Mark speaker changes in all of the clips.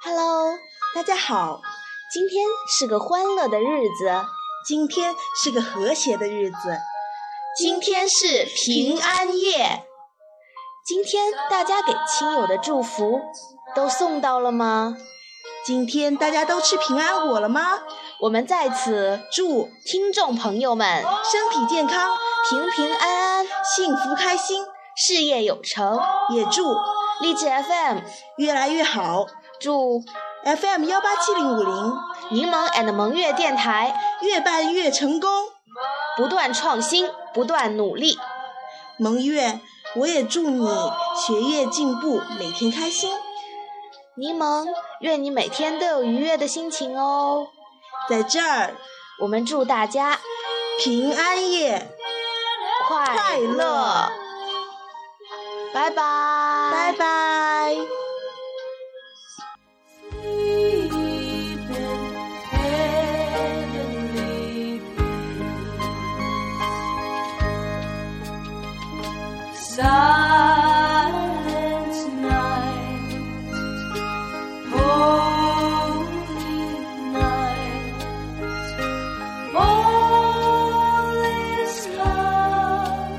Speaker 1: Hello，大家好，今天是个欢乐的日子，
Speaker 2: 今天是个和谐的日子，
Speaker 3: 今天是平安夜。
Speaker 1: 今天大家给亲友的祝福都送到了吗？
Speaker 2: 今天大家都吃平安果了吗？
Speaker 1: 我们在此祝听众朋友们
Speaker 2: 身体健康，
Speaker 1: 平平安安，
Speaker 2: 幸福开心，
Speaker 1: 事业有成，
Speaker 2: 也祝
Speaker 1: 励志 FM
Speaker 2: 越来越好。
Speaker 1: 祝
Speaker 2: FM 幺八七零五零
Speaker 1: 柠檬 and 萌月电台
Speaker 2: 越办越成功。
Speaker 1: 不断创新，不断努力。
Speaker 2: 蒙月，我也祝你学业进步，每天开心。
Speaker 1: 柠檬，愿你每天都有愉悦的心情哦。
Speaker 2: 在这儿，
Speaker 1: 我们祝大家
Speaker 2: 平安夜
Speaker 1: 快
Speaker 2: 快乐，
Speaker 1: 拜拜，
Speaker 2: 拜
Speaker 1: 拜
Speaker 2: 拜。
Speaker 4: Silent night, holy night, all is love,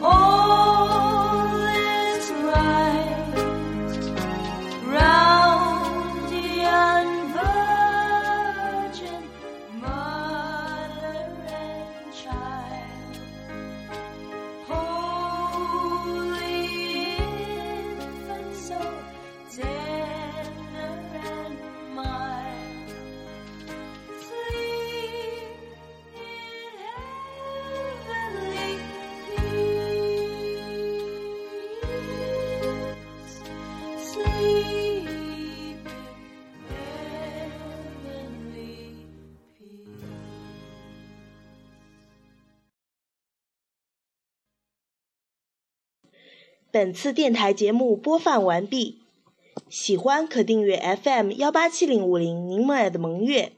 Speaker 4: all is right, round the unvirgin mother and child. Holy infant, so tender and mild, sleep in heavenly peace.
Speaker 2: Podcast 本次电台节目播放完毕，喜欢可订阅 FM 幺八七零五零柠檬爱的萌月。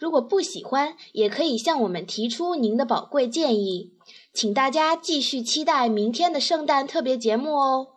Speaker 1: 如果不喜欢，也可以向我们提出您的宝贵建议。请大家继续期待明天的圣诞特别节目哦。